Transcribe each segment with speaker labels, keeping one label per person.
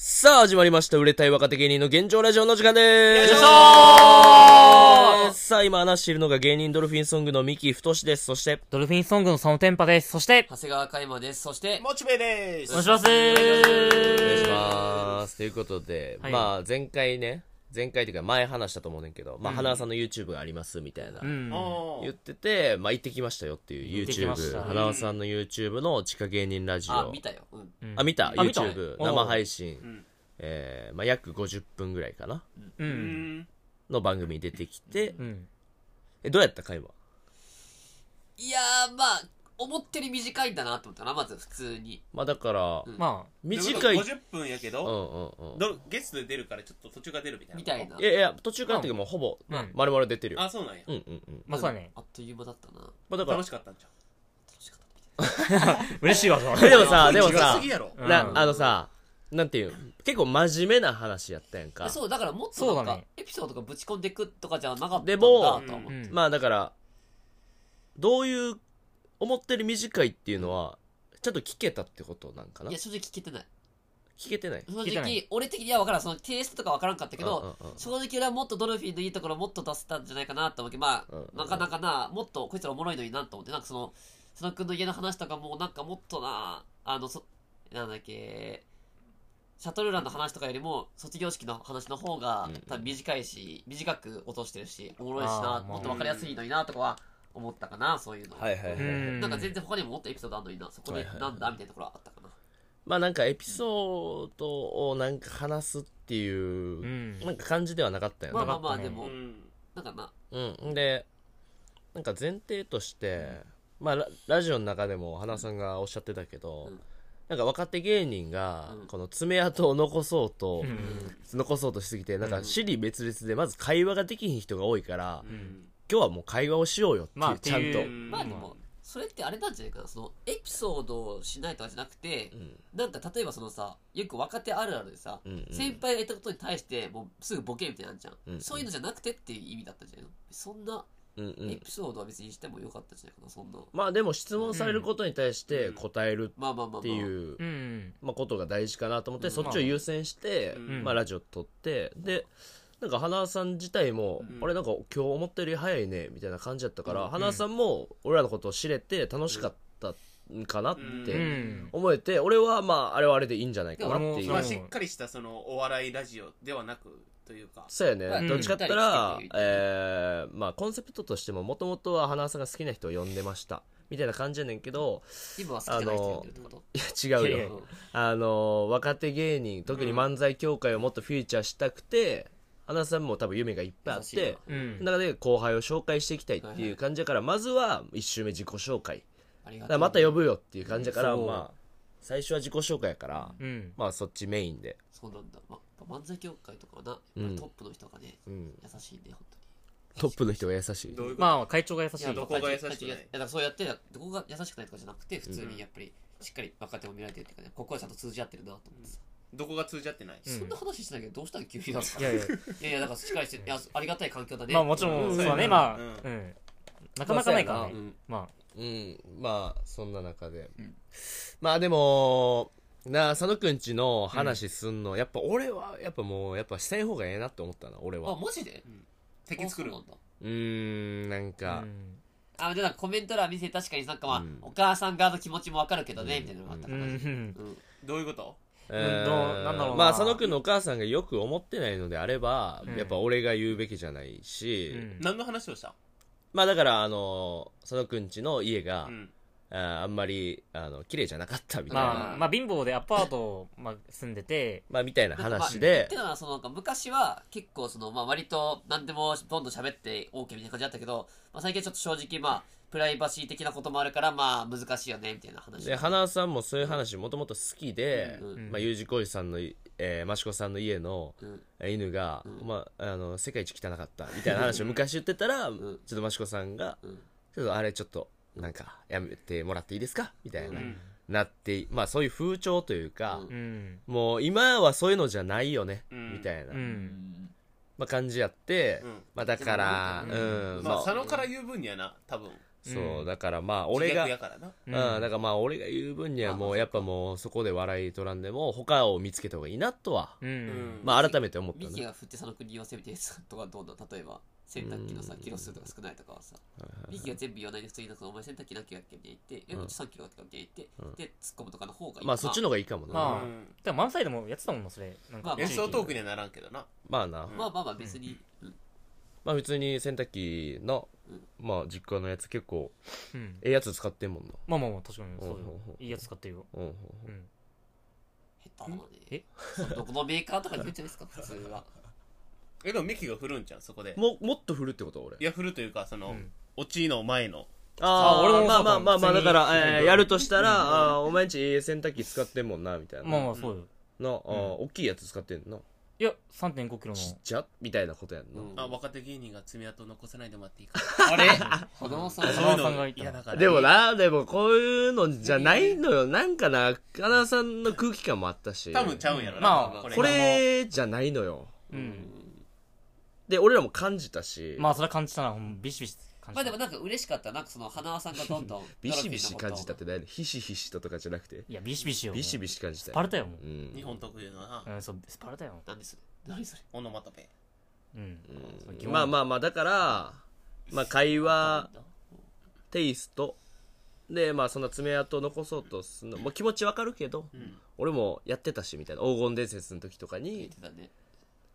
Speaker 1: さあ、始まりました。売れたい若手芸人の現状ラジオの時間でーす。
Speaker 2: よいしょー
Speaker 1: さあ、今話しているのが芸人ドルフィンソングの三木太志です。そして、
Speaker 3: ドルフィンソングのサムテンパです。そして、
Speaker 2: 長谷川海馬です。そして、
Speaker 4: モチベで
Speaker 3: お願
Speaker 4: す。
Speaker 3: いします
Speaker 1: お願いします。ということで、
Speaker 3: はい
Speaker 1: まあ、前回ね、前回というか前話したと思うねんけど、まあ、花輪さんの YouTube があります、みたいな。
Speaker 3: うん。
Speaker 4: お
Speaker 1: 言ってて、まあ、行ってきましたよっていう
Speaker 3: 行ってきまし
Speaker 1: YouTube。
Speaker 3: た
Speaker 1: 花輪さんの YouTube の地下芸人ラジオ。
Speaker 2: あ、見たよ。うん。
Speaker 1: あ、見た
Speaker 3: あ見た
Speaker 1: ?YouTube
Speaker 3: おう
Speaker 1: 生配信。えー、まあ、約50分ぐらいかな
Speaker 4: ー
Speaker 3: う。
Speaker 4: うんん
Speaker 1: の番組に出てきて
Speaker 3: う、ん。
Speaker 1: え、どうやった会話
Speaker 2: いやー、まあ、思ったより短いんだなと思ったな、まず普通に。
Speaker 1: まあ、だから、
Speaker 3: まあ、
Speaker 1: 短い。うん
Speaker 4: 50分やけ
Speaker 1: う
Speaker 4: ど、
Speaker 1: んうん。
Speaker 4: どゲストで出るからちょっと途中が出るみたいな。
Speaker 2: みたいな。
Speaker 1: いやいや、途中からっていうかもうほぼ、
Speaker 3: まあうん
Speaker 1: 丸々出てるよ。
Speaker 4: あ、そうなんや
Speaker 1: う。んうんうん。
Speaker 3: まあそうだね。
Speaker 2: あっという間だったな。楽
Speaker 1: まあだから
Speaker 4: 楽、しかったんじゃ
Speaker 2: しかったみたい
Speaker 3: 嬉しいわ、そ
Speaker 1: え
Speaker 3: れ。
Speaker 1: でもさ、
Speaker 4: ん。
Speaker 1: でも
Speaker 4: 違
Speaker 1: さ
Speaker 4: うすぎ、やろ。
Speaker 3: うん
Speaker 1: な、あのさ、なんていうの結構真面目な話やったやん
Speaker 2: な。
Speaker 1: か
Speaker 2: え。そう、だからもっとな
Speaker 3: そ
Speaker 2: ん
Speaker 3: うだ
Speaker 2: か
Speaker 3: ね、
Speaker 2: エピソードとかぶち込んでいくとかじゃなかったんだ
Speaker 1: で
Speaker 2: な
Speaker 1: も
Speaker 2: と思っ
Speaker 4: う
Speaker 2: て。
Speaker 1: まあだから、どういう、思ったより短いっていうのは、ちゃんと聞けたってことなんかない
Speaker 2: や、正直聞けてない。
Speaker 1: 聞けてない
Speaker 2: 正
Speaker 3: 聞けてな
Speaker 2: 直
Speaker 3: い、
Speaker 2: 俺的には分からん。そのテイストとか分からんかったけど、
Speaker 1: うんうんうん
Speaker 2: 正直俺はもっとドルフィンのいいところもっと出せたんじゃないかなと思うけど、ま
Speaker 1: うんうん
Speaker 2: あ、なかなかな、もっとこいつらおもろいのになと思って、なんかその、佐野くんの家の話とかも、なんかもっとな、あの、そ、なんだっけ、シャトルランの話とかよりも、卒業式の話の方が
Speaker 1: うんうん、
Speaker 2: 多分短いし、短く落としてるし、おもろいし
Speaker 3: あ
Speaker 2: な
Speaker 3: ー、
Speaker 2: もっと分かりやすいのになとかは思ったかな、そういうの。
Speaker 1: はいはいはい、
Speaker 3: うん
Speaker 2: なんか全然他にももっとエピソードあるのにな、そこ
Speaker 1: はい
Speaker 2: で
Speaker 1: はいはい
Speaker 2: なんだみたいなところはあったかな。
Speaker 1: まあなんかエピソードをなんか話すっていう、
Speaker 3: うん
Speaker 1: なんか感じではなかったよね、
Speaker 2: まあまあまあ、
Speaker 3: なかったね
Speaker 2: で
Speaker 4: う
Speaker 2: も、
Speaker 4: ん。
Speaker 2: なんかな、
Speaker 1: うんでなんか前提として、まあララジオの中でも花さんがおっしゃってたけど、
Speaker 2: うん
Speaker 1: なんか若手芸人が
Speaker 2: うん
Speaker 1: この爪痕を残そうと、
Speaker 3: うん
Speaker 1: 残そうとしすぎてなんか尻滅裂でまず会話ができひん人が多いから、
Speaker 4: うん
Speaker 1: 今日はもう会話をしようよっていう、
Speaker 3: まあ
Speaker 1: ちゃんと、
Speaker 3: っていう
Speaker 4: うん
Speaker 2: まあでも、それってあれなんじゃないかな、その、エピソードをしないとかじゃなくて
Speaker 1: う、ん
Speaker 2: なんか例えばそのさ、よく若手あるあるでさ
Speaker 1: う、んうん
Speaker 2: 先輩が言ったことに対して、もうすぐボケみたいなのあんじゃ
Speaker 1: うんうん
Speaker 2: ん。そういうのじゃなくてっていう意味だったんじゃないのそんな
Speaker 1: うんう
Speaker 2: エ
Speaker 1: ん
Speaker 2: ピソードは別にしてもよかったんじゃないかな、そんな。
Speaker 1: まあでも質問されることに対して答える
Speaker 2: まあまあまあまあ。
Speaker 1: っていう
Speaker 3: う、ん。
Speaker 1: まあ、ことが大事かなと思って、
Speaker 2: うん
Speaker 1: そっちを優先して、
Speaker 4: うん
Speaker 1: まあ、ラジオ撮ってでなんか花さん自体も、
Speaker 4: うん
Speaker 1: あれなんか今日思ったより早いねみたいな感じだったから、花さんも俺らのことを知れて楽しかったんかなっ
Speaker 3: う
Speaker 1: て
Speaker 3: ん。
Speaker 1: 思えて、俺はまああれはあれでいいんじゃないかなって
Speaker 3: い
Speaker 1: い
Speaker 3: や
Speaker 4: ま
Speaker 1: う
Speaker 4: あ
Speaker 3: 俺も。
Speaker 4: しっかりしたそのお笑いラジオではなくというか。
Speaker 1: そうやね、
Speaker 2: うん
Speaker 1: どっちかって言ったら
Speaker 2: う、ん
Speaker 1: えーまあ、コンセプトとしてももともとは花さんが好きな人を呼んでましたみたいな感じやねんけど
Speaker 2: 今は好きじゃない人呼んでるってこと
Speaker 1: いや違う
Speaker 3: いやい
Speaker 1: よ
Speaker 3: や
Speaker 1: あの若手芸人特に漫才協会をもっとフィーチャーしたくて、花さんも多分夢がいっぱいあっ
Speaker 2: 優しい
Speaker 1: て
Speaker 2: な
Speaker 3: うん。
Speaker 1: 中で後輩を紹介していきたいって
Speaker 2: はい
Speaker 1: い
Speaker 2: は
Speaker 1: う感じだから、まずは1周目自己紹介
Speaker 2: あり
Speaker 1: だか
Speaker 2: がと
Speaker 1: ら
Speaker 2: う。
Speaker 1: また呼
Speaker 2: ぶ。
Speaker 1: ぶよっていう感じだから、
Speaker 3: うんそう
Speaker 1: まあ最初は自己紹介やから、
Speaker 3: うん。
Speaker 1: まあそっちメインで、
Speaker 2: そうなんだ。まあ漫才協会とかはな、
Speaker 1: うん
Speaker 2: やっぱりトップの人がね、
Speaker 1: うん、
Speaker 2: 優しいね、本当に。
Speaker 1: トップの人が優しい
Speaker 4: どういうこと
Speaker 3: まあ、会長が優しい。
Speaker 2: いや
Speaker 4: ど
Speaker 2: ど
Speaker 4: こが
Speaker 2: こが
Speaker 4: 優
Speaker 2: 優
Speaker 4: し
Speaker 2: し
Speaker 4: く
Speaker 2: く
Speaker 4: な
Speaker 2: ないいやだからそうやってどこが優しくないとかじゃなくて普通にやっぱりしっかり若手を見られてるっていうかねここはちゃんと通じ合ってるなと思ってさ、
Speaker 4: どこが通じ合ってない
Speaker 3: うん
Speaker 2: そんな話してないけどどうしたの急になんか
Speaker 3: いやいや。
Speaker 2: いやいやだからしっかりしていやありがたい環境だね
Speaker 3: まあ、もちろ、
Speaker 4: うんん
Speaker 3: そうだ
Speaker 4: う
Speaker 3: ね、
Speaker 4: ん
Speaker 3: まあ、
Speaker 4: う
Speaker 3: うんん。なかなかないから
Speaker 1: まあそう
Speaker 2: う
Speaker 3: ね。
Speaker 2: ん
Speaker 3: ま
Speaker 1: うんまあそんな中で、
Speaker 2: うん
Speaker 1: まあでもなあ佐野くんちの話すんの、やっぱ俺はやっぱもうやっぱせん方がええなって思ったな俺
Speaker 2: あ
Speaker 1: は
Speaker 2: マジで
Speaker 4: 敵作る
Speaker 2: あそうなんだ
Speaker 1: うーんなん
Speaker 3: あ。
Speaker 1: か、
Speaker 3: うん
Speaker 2: あでなんかコメント欄見せて確かになんかまあ、
Speaker 1: うん
Speaker 2: お母さん側の気持ちもわかるけど
Speaker 1: う
Speaker 2: ね、
Speaker 1: ん
Speaker 2: みたいなのがあった
Speaker 3: う
Speaker 2: かな、うん
Speaker 3: ん。
Speaker 4: どういうこと
Speaker 1: えー
Speaker 3: どうなんだろうな
Speaker 1: まあ佐野くんのお母さんがよく思ってないのであれば、
Speaker 3: うん
Speaker 1: やっぱ俺が言うべきじゃないし、
Speaker 3: うん
Speaker 4: 何の話をした
Speaker 1: まあだからあの佐野くんちの家が、
Speaker 4: うん
Speaker 1: あーあんまりあの綺麗じゃなかったみたいな、ま
Speaker 3: まあ、まあ、貧乏でアパート、まあ、住んでて、
Speaker 1: あみたいな話で
Speaker 2: っていうのはそのなんか昔は結構その、まあ、割と何でもどんどん喋って OK みたいな感じだったけど、まあ、最近はちょっと正直まあプライバシー的なこともあるからまあ難しいよねみたいな話
Speaker 1: で花輪さんもそういう話もともと好きで、
Speaker 2: うん
Speaker 3: うん
Speaker 1: まあ、U 字工事さんの、えー、益子さんの家の
Speaker 2: うん
Speaker 1: えー犬が、
Speaker 2: うん
Speaker 1: まあ、あの世界一汚かったみたいな話を昔言ってたら、
Speaker 2: ん
Speaker 1: ちょっと益子さんが
Speaker 2: うん
Speaker 1: 「ちょっとあれちょっとなんかやめてもらっていいですか?」みたいな、
Speaker 4: うん
Speaker 1: なってまあそういう風潮というか、
Speaker 2: うん
Speaker 3: うん。
Speaker 1: もう今はそういうのじゃないよね、
Speaker 4: うん
Speaker 1: みたいな、
Speaker 3: う。
Speaker 2: うんん
Speaker 1: まあ、感じやって、
Speaker 4: うん
Speaker 1: まあだから、う
Speaker 2: うんん
Speaker 1: ま
Speaker 4: まあ
Speaker 1: あ
Speaker 4: 佐野から言う分にはな多分
Speaker 1: そう、
Speaker 3: うん
Speaker 1: だからまあ俺が
Speaker 4: 自虐やからな。
Speaker 1: うん、だからまあ俺が言う分にはも
Speaker 2: あま
Speaker 1: うやっぱもうそこで笑い取らんでも他を見つけた方がいいなとは、
Speaker 3: うん
Speaker 4: うん
Speaker 1: まあ改めて思った
Speaker 2: ミキ
Speaker 1: ね。
Speaker 2: が振ってその国を攻めてるやつとかどうな例えば洗濯機のさ
Speaker 1: うん
Speaker 2: キロ数とか少ないとかはさ
Speaker 1: はい
Speaker 2: ミキが全部言わないで普通になんかお前洗濯機何キロやっけって言ってえ
Speaker 1: うん
Speaker 2: うち3キロだっけって言って
Speaker 1: うん
Speaker 2: で突っ込むとかの方がいい
Speaker 1: まあそっちの方がいいかもな。
Speaker 3: まあ
Speaker 4: うん
Speaker 3: でも漫才でもやってたもんなそれなん
Speaker 2: まあ
Speaker 3: か
Speaker 2: まあ
Speaker 4: 演
Speaker 3: 地域
Speaker 4: 奏トークにはならんけどな。
Speaker 1: まあな、
Speaker 4: ん
Speaker 2: まあまあまあ別にうん
Speaker 1: まあ普通に洗濯機の
Speaker 2: うん、
Speaker 1: まあ実家のやつ結構、
Speaker 3: うん
Speaker 1: ええやつ使ってんもんな。
Speaker 3: まあまあまあ確かにそうよ
Speaker 1: うんうんうん
Speaker 3: いいやつ使ってるよ
Speaker 1: うんうん
Speaker 3: う
Speaker 1: うん
Speaker 3: ん
Speaker 2: 下手なのね
Speaker 3: え
Speaker 2: そうどこのメーカーとかに言うんじゃないですか普通 は
Speaker 4: え、でもミキが振るんじゃん、そこで。
Speaker 1: ももっと振るってこと俺
Speaker 4: い。や、振るというか、その
Speaker 3: うん、
Speaker 4: 落ちの前の。
Speaker 3: あー俺もそう
Speaker 1: ま
Speaker 3: か
Speaker 1: あ
Speaker 3: も
Speaker 1: まあまあまあ、だ
Speaker 3: 普通に
Speaker 1: から、えーやるとしたら、
Speaker 3: うん
Speaker 1: あーお前んちええ洗濯機使ってんもんな、みたいな。
Speaker 3: まあまあそうよ
Speaker 1: なあー、大きいやつ使ってんの
Speaker 3: いや3 5キロ
Speaker 1: な。
Speaker 3: の
Speaker 1: ちっちゃみたいなことやんな。
Speaker 2: うん
Speaker 4: あ、若手芸人が爪痕残さないでもらっていいか。
Speaker 2: あれ子供さん
Speaker 4: そういう
Speaker 3: さんが
Speaker 4: の
Speaker 3: いた
Speaker 4: 嫌だから。
Speaker 1: でも。な、でもこういうのじゃないのよ。なんかな、かなさんの空気感もあったし。
Speaker 4: 多分ちゃうんやろ
Speaker 3: ま
Speaker 4: な。
Speaker 2: あ
Speaker 1: これじゃないのよ。
Speaker 3: うん
Speaker 1: で、俺らも感じたし。
Speaker 3: まあそれは感じたなほんまビシビシ感じた
Speaker 2: まあでもなんか嬉しかったなんかその花輪さんがどんどん
Speaker 1: ビシビシ感じたっ
Speaker 2: ド
Speaker 1: て何ひしひしととかじゃなくて。
Speaker 3: いやビシビシよ
Speaker 1: ビシ
Speaker 3: ビ
Speaker 1: ビシ感じた
Speaker 3: スパルタよも
Speaker 1: う
Speaker 3: う
Speaker 1: ん。
Speaker 4: 日本特有のな
Speaker 3: う。んそうスパルタよ
Speaker 2: ラフィーなことを何それ何それ
Speaker 4: オノマトペ。
Speaker 3: うんそう基本
Speaker 1: まあまあまあ、だから、まあ会話、テイスト、で、まあそんな爪痕残そうとすんの、もう気持ちわかるけど、
Speaker 4: うん。
Speaker 1: 俺もやってたしみたいな。黄金伝説の時とか
Speaker 2: 言っ
Speaker 1: に
Speaker 2: てたね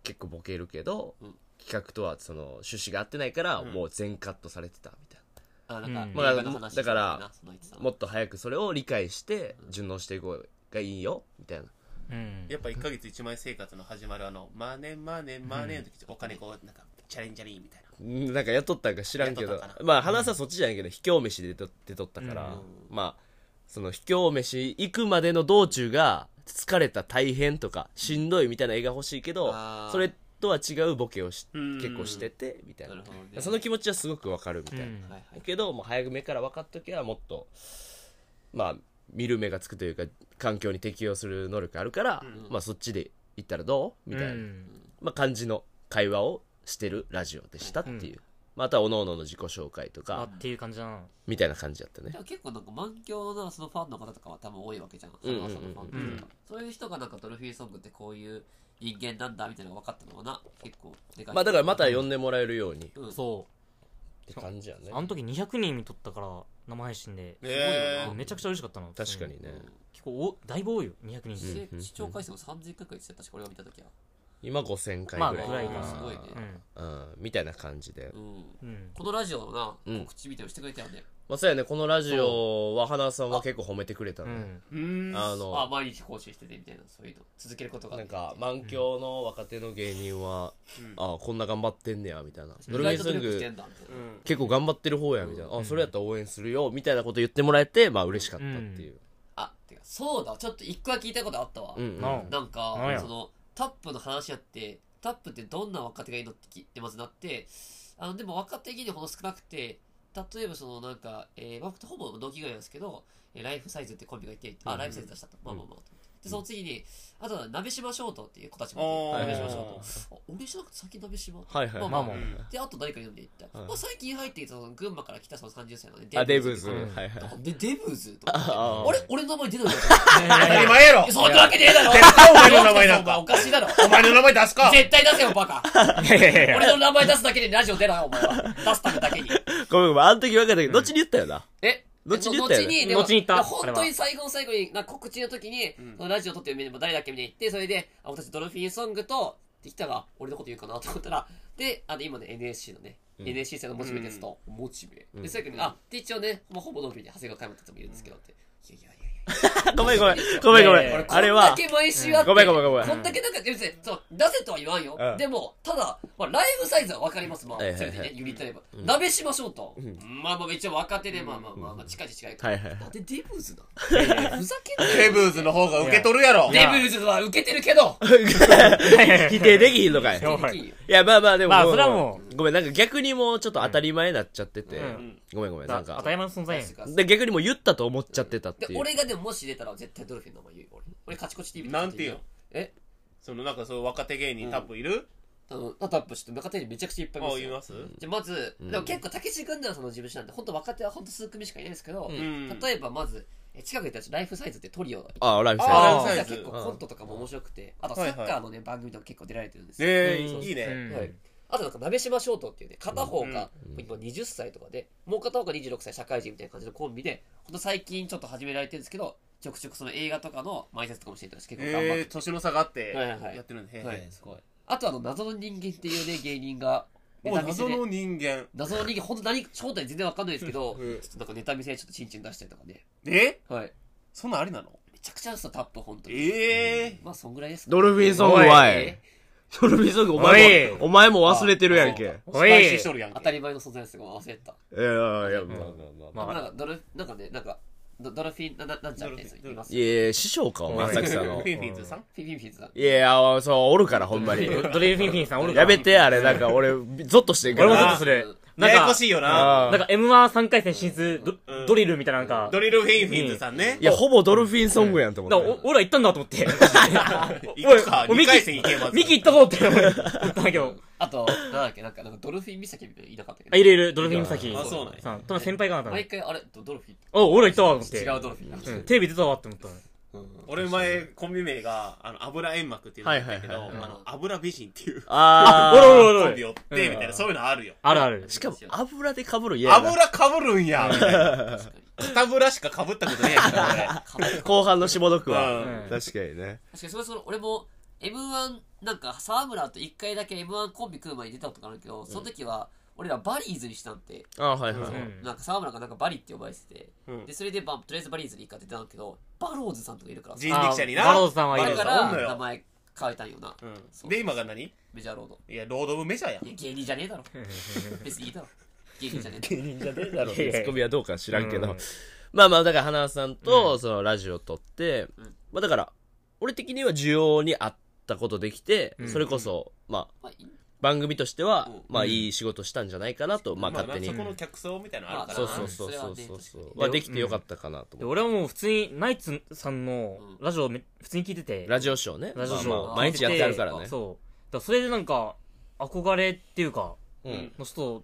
Speaker 1: 結構ボケるけど、
Speaker 2: うん
Speaker 1: 企画とはその趣旨が合ってないから、
Speaker 4: うん
Speaker 1: もう全カットされてたみたい
Speaker 2: あなんか
Speaker 3: うん
Speaker 2: 映画の話
Speaker 1: だから
Speaker 2: してたなその言ってた
Speaker 1: な。
Speaker 2: の
Speaker 1: もっと早くそれを理解して、順応していこうがいいよ、みたいな。
Speaker 3: うん
Speaker 4: やっぱ1ヶ月1万円生活の始まるあの、マネマネマネの時、お金こう、なんか、チャレンジャリーみたいな。
Speaker 1: うんなんか雇ったんか知らんけ
Speaker 4: 雇っ
Speaker 1: ど
Speaker 4: たんかな
Speaker 1: まあ話はそっちじゃないけど、卑怯飯でと出とったから、
Speaker 2: う
Speaker 1: まあその卑怯飯行くまでの道中が疲れた大変とかしんどいみたいな絵が欲しいけど
Speaker 2: あー
Speaker 1: それとは違うボケをし
Speaker 4: うん
Speaker 1: 結構しててみたいな
Speaker 2: なるほどね
Speaker 1: その気持ちはすごくわかるみたいな、
Speaker 3: うん
Speaker 2: はいはい
Speaker 1: けどもう早く目から分かっときゃもっとまあ見る目がつくというか環境に適応する能力あるから、
Speaker 4: うん
Speaker 1: まあそっちで行ったらどうみたいな、
Speaker 3: うん
Speaker 1: まあ、感じの会話をしてるラジオでしたっていう、
Speaker 3: うん
Speaker 1: またおのおのの自己紹介と
Speaker 3: あ
Speaker 1: か
Speaker 3: っていう感じだな
Speaker 1: みたいな感じだったね
Speaker 2: でも結構なんか満響のなそのファンの方とかは多分多いわけじゃん。
Speaker 1: うんうんうん
Speaker 2: そのファンというかそういう人がなんかドルフィーソングってこういう人間なんだみたいなのが分かったのかな。結構でかい。
Speaker 1: まあだからまた呼んでもらえるようにっ
Speaker 2: うん、そう。
Speaker 3: そ
Speaker 1: て感じやね
Speaker 3: うあの時200人見とったから生配信で
Speaker 4: え
Speaker 3: めちゃくちゃ嬉しかったな
Speaker 1: 確かにね
Speaker 3: 結構おだいぶ多いよ200人
Speaker 2: で視聴回数も3000回くらいしてたし、これを見たときは。
Speaker 1: 今5000回
Speaker 3: まあ
Speaker 1: ぐらい,、
Speaker 3: ぐらいかな
Speaker 2: すごいね
Speaker 1: うん、みたいな感じで、
Speaker 2: うん。
Speaker 3: うん
Speaker 2: このラジオのな、
Speaker 1: うん
Speaker 2: 告知みたいなのしてくれたよね。
Speaker 1: まあそうやねこのラジオは花さんは結構褒めてくれた
Speaker 3: う
Speaker 1: ね、
Speaker 3: ん
Speaker 4: うーん。
Speaker 1: あ
Speaker 2: あ、
Speaker 1: の
Speaker 2: 毎日更新しててみたいな、そういうの。続けることが。
Speaker 1: なんか満響の若手の芸人は、
Speaker 4: うん
Speaker 1: ああこんな頑張ってんねやみたいな
Speaker 2: 意
Speaker 1: ドルフィ
Speaker 2: 外
Speaker 1: ンソ
Speaker 2: と努
Speaker 1: ン
Speaker 2: 力して
Speaker 1: グ
Speaker 2: んだみたいな。
Speaker 4: うん
Speaker 1: 結構頑張ってる方やみたいな、あそれやったら応援するよみたいなこと言ってもらえてまあ嬉しかったっていう、
Speaker 2: あ、てか、そうだ、ちょっと一個は聞いたことあったわ。
Speaker 1: うんうん
Speaker 3: な
Speaker 2: なんか
Speaker 3: なんや
Speaker 2: そのタップの話やってタップってどんな若手がいいのって聞いてまずなってあのでも若手的にほど少なくて例えばそのなんか、えー、僕とほぼ同期ぐらいなんですけど、えーライフサイズってコンビがいて、あライフサイズ出したと、まあまあまあとでその次にあとは鍋島翔太っていう子たちもいて
Speaker 1: おー
Speaker 2: 鍋島翔太あ俺じゃなくて先鍋島
Speaker 1: はいはい
Speaker 3: まあまあ
Speaker 4: うん
Speaker 2: であと誰か呼んでいった、
Speaker 1: うん
Speaker 2: まあ、最近入ってきたその群馬から来たその30歳のね
Speaker 1: あデブーズ、
Speaker 2: っ
Speaker 3: うん
Speaker 1: はいは
Speaker 2: て
Speaker 1: い
Speaker 2: 子なんでデブーズと
Speaker 1: ああ
Speaker 2: 思ってあれ俺の名前出てない
Speaker 4: 当たり前やろ
Speaker 2: いやそんなわけねえだろ
Speaker 4: お前の名前なんか
Speaker 2: お前おかしいだろ
Speaker 4: お前の名前出すか
Speaker 2: 絶対出せよ、バカ。
Speaker 3: いやいやいや
Speaker 2: 俺の名前出すだけでラジオ出ない、お前は。出すためだ けに。
Speaker 1: ごめんごめんあの時分かったけど、後に言ったよな
Speaker 2: え
Speaker 1: 後に言ったよね
Speaker 2: 後に、でも
Speaker 3: 後に言った
Speaker 2: いや本当
Speaker 3: あれ
Speaker 2: に
Speaker 3: は
Speaker 2: 最後の最後に、なんか告知の時に、
Speaker 4: ん
Speaker 2: そのラジオ撮ってるメンバー誰だっけみたいに言って、それで、あ、私ドルフィンソングと、できたら俺のこと言うかなと思ったら、で、あの、今ね、NSC のね、NSC さんのモチベですと、モチベ。で、最後に、あ、で、一応ね、まあほぼ同期で長谷川佳山って人もいるんですけどって。いやいやいやいや。
Speaker 1: ごめんごめん。ごめんごめ
Speaker 3: いやいやい
Speaker 1: ん
Speaker 3: や。
Speaker 1: あれ
Speaker 2: こん
Speaker 1: は
Speaker 2: だ、け毎週あって、
Speaker 1: ごめんごめんごめん
Speaker 2: こんだけなんか、別に、そう、出せとは言わんよ。
Speaker 1: うん
Speaker 2: でも、ただ、まあ、ライブサイズはわかります。まあ、
Speaker 1: はいはいは
Speaker 2: せ
Speaker 1: い
Speaker 2: めてね、ユニットでも。鍋しましょうと。まあまあ、めっちゃ若手で、まあまあまあまあ、近い近いから。
Speaker 1: はいはいはい
Speaker 2: なんでデブーズな
Speaker 3: やいやい
Speaker 2: のふざけんな
Speaker 4: デ
Speaker 2: よ。
Speaker 4: ブーズの方が受け取るやろ、
Speaker 2: デブーズは受けてるけど、
Speaker 1: 否定できひんのかい。
Speaker 3: や
Speaker 1: い
Speaker 3: ばい
Speaker 2: いいよ
Speaker 1: や、まあまあ、でも、
Speaker 3: まあそれはも
Speaker 1: う、ごめん、なんか逆にもうちょっと当たり前になっちゃってて
Speaker 3: うんうん
Speaker 1: ごめんごめん、
Speaker 3: だ
Speaker 1: なん
Speaker 3: 当
Speaker 1: か
Speaker 3: た、り前の存在やん
Speaker 1: で、逆にもう言ったと思っちゃってたって
Speaker 2: で
Speaker 1: いう。
Speaker 2: 俺がでももし出たら絶対ドルフィンの名前言うよ俺俺カチコチ TV
Speaker 4: なんて言うの
Speaker 2: え
Speaker 4: そのなんかそう若手芸人タップいる
Speaker 2: あのタタップして若手にめちゃくちゃいっぱいいま
Speaker 4: あ
Speaker 2: す
Speaker 4: 言い
Speaker 2: よ
Speaker 4: ます
Speaker 2: じゃあまず、
Speaker 1: うん
Speaker 2: でも結構竹内軍団さんの事務所なんて本当若手は本当数組しかいないですけど、
Speaker 4: ん
Speaker 2: 例えばまずえ近くにいたちライフサイズってトリオがいて
Speaker 1: ああライフ
Speaker 4: あ
Speaker 1: サ
Speaker 4: ー
Speaker 1: イ
Speaker 4: ライフサイズ
Speaker 2: 実は結構コントとかも面白くて、あとサッカーのね、番組とか結構出られてるんですよ。
Speaker 4: え
Speaker 1: うん
Speaker 4: ーいいね、
Speaker 3: うん
Speaker 2: はいあとなんか、鍋島ショートっていうね、片方が
Speaker 1: うん
Speaker 2: 今20歳とかで、もう片方が26歳社会人みたいな感じのコンビで、ほんと最近ちょっと始められてるんですけど、ちょくちょくその映画とかの前説とかもしてたし、結構頑張って
Speaker 4: えー、年の差があって
Speaker 2: はいはい
Speaker 4: やってるんで、
Speaker 2: はい
Speaker 4: へーすごい
Speaker 2: あとあの、謎の人間っていうね、芸人が、ネ
Speaker 4: もう
Speaker 2: タ見せ
Speaker 4: 謎
Speaker 2: で
Speaker 4: の、人間
Speaker 2: 謎の人間、ほんと何、正体全然わかんないですけど、ち
Speaker 4: う
Speaker 2: ょ
Speaker 4: ん
Speaker 2: っとなんかネタ見せでちょっとチンチン出したりとかね。
Speaker 4: え
Speaker 2: はい。
Speaker 4: そんなんありなの
Speaker 2: めちゃくちゃですよ、タップ、ほんとに。
Speaker 4: ええ
Speaker 2: まあ、そんぐらいですかね
Speaker 1: ドルフィンソング
Speaker 3: おい
Speaker 1: ワイドルフィンソングお前も
Speaker 3: おい
Speaker 1: お前も忘れてるやんけ
Speaker 2: あ
Speaker 1: え
Speaker 3: おい
Speaker 4: 返ししとるやんけ
Speaker 2: 当たり前の存在ですけど、忘れてた。
Speaker 1: えいやいやまあまあまあ
Speaker 3: まあ
Speaker 2: なんかドル、なんかね、なんか、ドドルフィン、な、ななんちゃらってやつ
Speaker 4: ドルフィン
Speaker 2: います
Speaker 1: いやいや師匠かお前
Speaker 3: おい
Speaker 1: 浅草
Speaker 4: フ
Speaker 1: の
Speaker 4: ィンフィンズさん
Speaker 2: フィフィフィズだ。
Speaker 1: いやいやそうおるからほん まに
Speaker 3: ドドレフィンフィンさんおるから
Speaker 1: やめてあれなんか俺ゾッとしてんか
Speaker 3: 俺もゾッと
Speaker 1: ら
Speaker 3: する
Speaker 4: ややこしいよ
Speaker 1: あ
Speaker 4: な
Speaker 1: ー
Speaker 3: なんか M13 回戦進出ド,、
Speaker 4: うん
Speaker 3: ドリルみたいななんか
Speaker 4: ドリルフィンフィンズさんね
Speaker 1: いやほぼドルフィンソングやんと
Speaker 3: だ
Speaker 1: 思っ
Speaker 3: からお
Speaker 1: て
Speaker 3: 俺ら行ったんだと思 って。
Speaker 4: 行くか
Speaker 3: おい
Speaker 4: 2回戦行けます
Speaker 3: ミキ行ったぞって思ったけど。
Speaker 2: あと、なんだっけ、なんか、なんかドルフィン岬みたいなのいなかったけ
Speaker 3: あ、
Speaker 2: ど。
Speaker 3: いるいる、ドルフィン岬。
Speaker 4: あそうなんや
Speaker 3: さん。多分先輩かな、多
Speaker 2: 毎
Speaker 3: 分。
Speaker 2: 回、あれ、ドドルフィン
Speaker 3: お、俺ら行ったわ、と思って。
Speaker 2: 違うドルフィンだ。
Speaker 3: うん。テレビ出たわって思った。
Speaker 2: うん
Speaker 4: 俺前コンビ名があの油煙幕っていうのだったけど、
Speaker 1: はいはい
Speaker 2: はい
Speaker 4: あの油美人っていう
Speaker 1: あ
Speaker 3: お
Speaker 1: ー
Speaker 3: るおる
Speaker 4: コ
Speaker 3: お
Speaker 4: ンビ
Speaker 3: る。
Speaker 4: おってみたいなそういうのあるよ
Speaker 3: あるある。
Speaker 1: しかも油でかぶる嫌やな
Speaker 4: 油かぶるんやみたいな
Speaker 2: 確かに。
Speaker 4: 肩ぶらしかかぶったことねえやんか
Speaker 2: かわいい確か
Speaker 1: 後半の下の句
Speaker 4: う
Speaker 1: は
Speaker 3: ん
Speaker 1: 確かにね
Speaker 2: に、それその、俺も、M1、なんか、沢村と一回だけ M1 コンビ組む前に出たことがあるけど、その時は、俺らバリーズにしたんで、
Speaker 1: あはいは
Speaker 4: う
Speaker 1: い
Speaker 3: ん
Speaker 2: なんか沢村がなんかバリって呼ばれてて、
Speaker 4: うん
Speaker 2: で、それで、まあ、とりあえずバリーズに行くかって出たんだけど、バローズさんとかい るからさ
Speaker 4: 人力車にな
Speaker 3: あバローズさんはい
Speaker 2: だ
Speaker 3: る
Speaker 4: バロ
Speaker 2: か
Speaker 4: ーズさんおんの
Speaker 2: ら、名
Speaker 4: よ
Speaker 2: 前変えたんよな。
Speaker 4: う
Speaker 2: そ
Speaker 4: ん
Speaker 2: う
Speaker 4: で今が何い
Speaker 2: メジャーロード。
Speaker 4: やロード・オブ・メジャーやん
Speaker 2: いや、芸人じゃねえだろ。別にいいだろ。芸人じゃねえ だろ。
Speaker 1: 芸人じゃねえだろ
Speaker 3: いやいや
Speaker 1: ツッコミはどうか知らんけど、
Speaker 3: うん
Speaker 1: まあまあだから花さん
Speaker 3: う
Speaker 1: とそのラジオ撮って、
Speaker 2: うん
Speaker 1: まあだから俺的には需要に合ったことできて、
Speaker 3: うん
Speaker 1: それこそまあ
Speaker 2: まあ、いい
Speaker 1: 番組としては、
Speaker 2: うん
Speaker 1: まあいい仕事したんじゃないかなと、まあ
Speaker 4: まあ
Speaker 1: 勝手に、
Speaker 4: そこの客層みたいなのあるから
Speaker 1: そ
Speaker 4: な
Speaker 1: うそうそうそうそう
Speaker 2: そ
Speaker 1: そ
Speaker 2: れはね。
Speaker 1: うまあできてよかったかなと
Speaker 3: で
Speaker 1: 思って、
Speaker 3: 俺はもう普通に、ナイツさんのラジオめ、普通に聞いてて。
Speaker 1: ラジオショーね
Speaker 3: ラジオショー
Speaker 1: まあまあ毎日やってあるからね
Speaker 3: そう。だからそれでなんか、憧れっていうか、
Speaker 1: うん、
Speaker 3: の人と、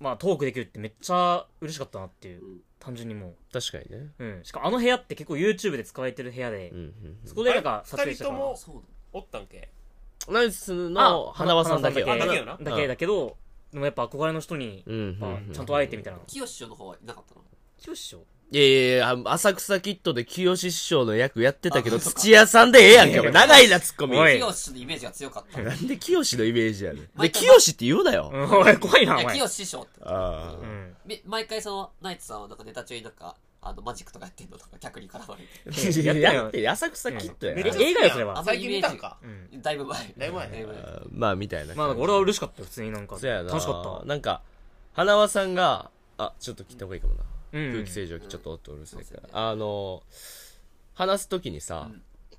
Speaker 3: まあトークできるってめっちゃ嬉しかったなっていううん単純にも
Speaker 1: 確かにね、
Speaker 3: う。うん。しかもあの部屋って結構 YouTube で使われてる部屋で
Speaker 1: うん、うん
Speaker 3: そこでなんか撮影
Speaker 4: 二
Speaker 3: し
Speaker 4: 人
Speaker 3: たか
Speaker 4: と
Speaker 3: ら。
Speaker 4: も
Speaker 2: そう
Speaker 4: おったんけ
Speaker 1: うん、ナイスの花輪さんだけ
Speaker 3: は
Speaker 1: は
Speaker 4: 花輪さんだけ
Speaker 3: だけだけど、でもやっぱ憧れの人に、
Speaker 1: うんうん
Speaker 3: ま
Speaker 1: うん
Speaker 3: あ、ちゃんと会えてみたいな
Speaker 2: だ。。清師匠の方はいなかったの
Speaker 3: よっしょ。
Speaker 1: いやいやいや、浅草キッドで清志師匠の役やってたけど、
Speaker 2: あそうか
Speaker 1: 土屋さんでええやんけ、お前長いな、ツッコミ。
Speaker 3: お
Speaker 1: ない
Speaker 2: 清師匠のイメージが強 かった。い
Speaker 1: んで清志のイメージやねん。で、
Speaker 2: 毎回
Speaker 1: 清志って言うなよ。
Speaker 3: うんおい、怖いな、お
Speaker 2: や、
Speaker 3: 前。
Speaker 2: 清師匠って。
Speaker 1: あ
Speaker 3: う
Speaker 1: あ。
Speaker 3: ん。
Speaker 2: み毎回その、ナイツさんはなんかネタ中になんか、あの、マジックとかやってんのとか、客に絡まれて。
Speaker 1: いややってる、浅草キッドや
Speaker 3: め
Speaker 1: な
Speaker 3: っち
Speaker 4: 好
Speaker 3: ゃ
Speaker 4: きやん
Speaker 3: 映画よそれは
Speaker 4: 最近見たんか
Speaker 3: うん。
Speaker 2: だいぶ前。
Speaker 4: だいぶ前
Speaker 1: あーまあ、みたいな。
Speaker 3: まあ、なんか俺は嬉しかった、普通になんか。
Speaker 1: そうやな。
Speaker 3: 楽しかった。
Speaker 1: なんか、花輪さんが、あ、ちょっと切った方がいいかもな。
Speaker 3: うん。
Speaker 1: 空気清浄機ちょっと音うるせえから
Speaker 2: うん。
Speaker 1: あの、話すときにさ、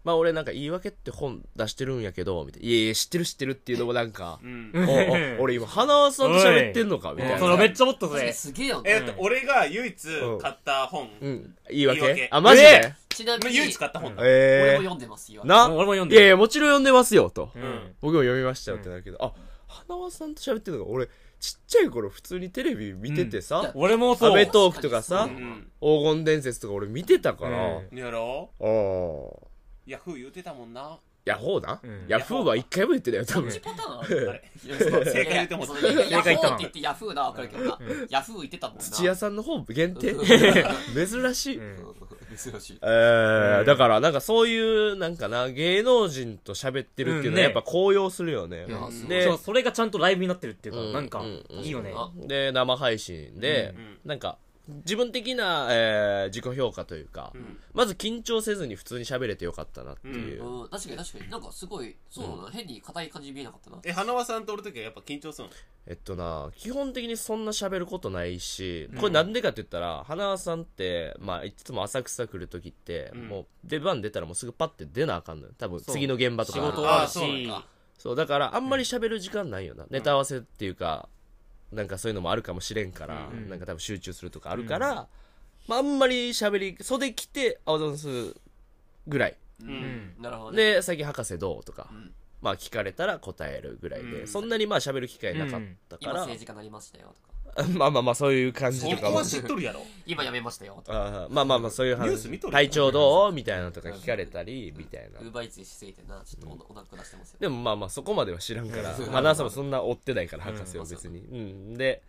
Speaker 1: まあ俺なんか言い訳って本出してるんやけど、みたいな。いやいや、知ってる知ってるっていうのもなんか、
Speaker 4: うん
Speaker 3: うん
Speaker 1: おお 俺今、花輪さんと喋ってんのかみたい
Speaker 3: うん
Speaker 1: な。
Speaker 3: それめっちゃ思った
Speaker 2: 確かに
Speaker 3: ぜ。
Speaker 2: すげえよ
Speaker 4: え
Speaker 2: ね。
Speaker 4: ーっと俺が唯一買った本
Speaker 1: うん。言い訳
Speaker 4: 言い訳
Speaker 1: あ、マジで
Speaker 2: ちなみに、
Speaker 4: 唯一買った本だ
Speaker 2: 俺も
Speaker 1: ええ
Speaker 2: 読んでますよ。
Speaker 1: な
Speaker 3: うん俺も読ん
Speaker 1: い
Speaker 3: でる
Speaker 1: やいや、もちろん読んでますよ、と。
Speaker 3: う
Speaker 4: うんん。
Speaker 1: 僕も読みましたよってなるけど、あ、花輪さんと喋ってるのが、俺、ちっちゃい頃普通にテレビ見てて
Speaker 2: うんい
Speaker 1: さ
Speaker 2: や、
Speaker 3: 俺も
Speaker 1: ア
Speaker 3: そ
Speaker 1: ベ
Speaker 3: う。
Speaker 1: トークとか
Speaker 2: う
Speaker 1: さ
Speaker 4: う、ん
Speaker 1: 黄金伝説とか俺見てたから、あ
Speaker 3: うん
Speaker 4: やろ
Speaker 1: あー。
Speaker 4: うヤフー言うてたもんな
Speaker 1: ヤホーな
Speaker 3: うん
Speaker 1: ヤフーは一回も言ってないよ、多分
Speaker 2: 一。パターンあ
Speaker 4: あ
Speaker 2: る
Speaker 4: れ
Speaker 2: 正
Speaker 4: 正解言っても
Speaker 2: 正
Speaker 4: 正
Speaker 2: 解
Speaker 4: 解
Speaker 2: 言
Speaker 3: 言っ
Speaker 2: っ
Speaker 3: てて
Speaker 2: も
Speaker 3: も
Speaker 2: って言ってヤフーなわかるけどなヤフー言ってたもんな
Speaker 1: 土屋さんの本限定 珍しい。
Speaker 3: うん
Speaker 2: 珍しい
Speaker 1: えー
Speaker 3: うん
Speaker 1: だから、なんかそういう、なんかな、芸能人と喋ってるっていうの
Speaker 3: うんね
Speaker 1: はやっぱ高揚するよね
Speaker 2: い。やすごい
Speaker 1: で
Speaker 3: そう、それがちゃんとライブになってるっていう
Speaker 1: うん
Speaker 3: か、なんか
Speaker 1: うん、
Speaker 3: いいよね。
Speaker 2: あ
Speaker 1: で、生配信で
Speaker 4: う、ん
Speaker 1: なんか、自分的な、えー自己評価というか、
Speaker 4: うん
Speaker 1: まず緊張せずに普通に喋れてよかったなっていう。
Speaker 2: うん確かに確かになんかすごいそうだな、変に硬い感じに見えなかったな
Speaker 4: え花輪さんとおるときはやっぱ緊張するの
Speaker 1: えっとな、基本的にそんな喋ることないし、これなんでかって言ったら、花輪さんって、まあ、いつも浅草来るときって、
Speaker 4: うん
Speaker 1: もう出番出たらもうすぐパッて出なあかんのよ。多分
Speaker 3: そう
Speaker 1: 次の現場とか
Speaker 3: 仕
Speaker 1: ある
Speaker 3: 事
Speaker 1: から
Speaker 3: ある
Speaker 4: あそう
Speaker 3: し
Speaker 4: なん、
Speaker 1: そう、だからあんまり喋る時間ないよな。ネタ合わせっていうか、なんかそういうのもあるかもしれんから、
Speaker 3: うん
Speaker 1: なんか多分集中するとかあるから、まああんまり喋り、袖来て、あざんすぐらい。
Speaker 2: う
Speaker 4: うん
Speaker 3: ん
Speaker 2: なるほどね
Speaker 1: で、最近博士どうとか
Speaker 2: うん、
Speaker 1: まあ聞かれたら答えるぐらいで、
Speaker 4: うん
Speaker 1: そんなにまあ喋る機会なかった
Speaker 2: 今
Speaker 1: から、
Speaker 2: 政治家になりましたよとか
Speaker 1: まあまあまあそういう感じ
Speaker 4: そ
Speaker 1: とか
Speaker 4: こ
Speaker 1: も
Speaker 4: は知っとるやろ。
Speaker 2: 今辞めましたよとか
Speaker 1: あーまあまあまあそういう
Speaker 4: ニュース見
Speaker 1: 話
Speaker 4: とる
Speaker 1: 体調どうみたいなのとか聞かれたりみたいな
Speaker 2: ウーバーイーツしすぎてなちょっとお,、お腹出してますよ
Speaker 1: でもまあまあそこまでは知らんからまあナーさんもそんな追ってないから博士を
Speaker 2: うん
Speaker 1: 別に、うん、で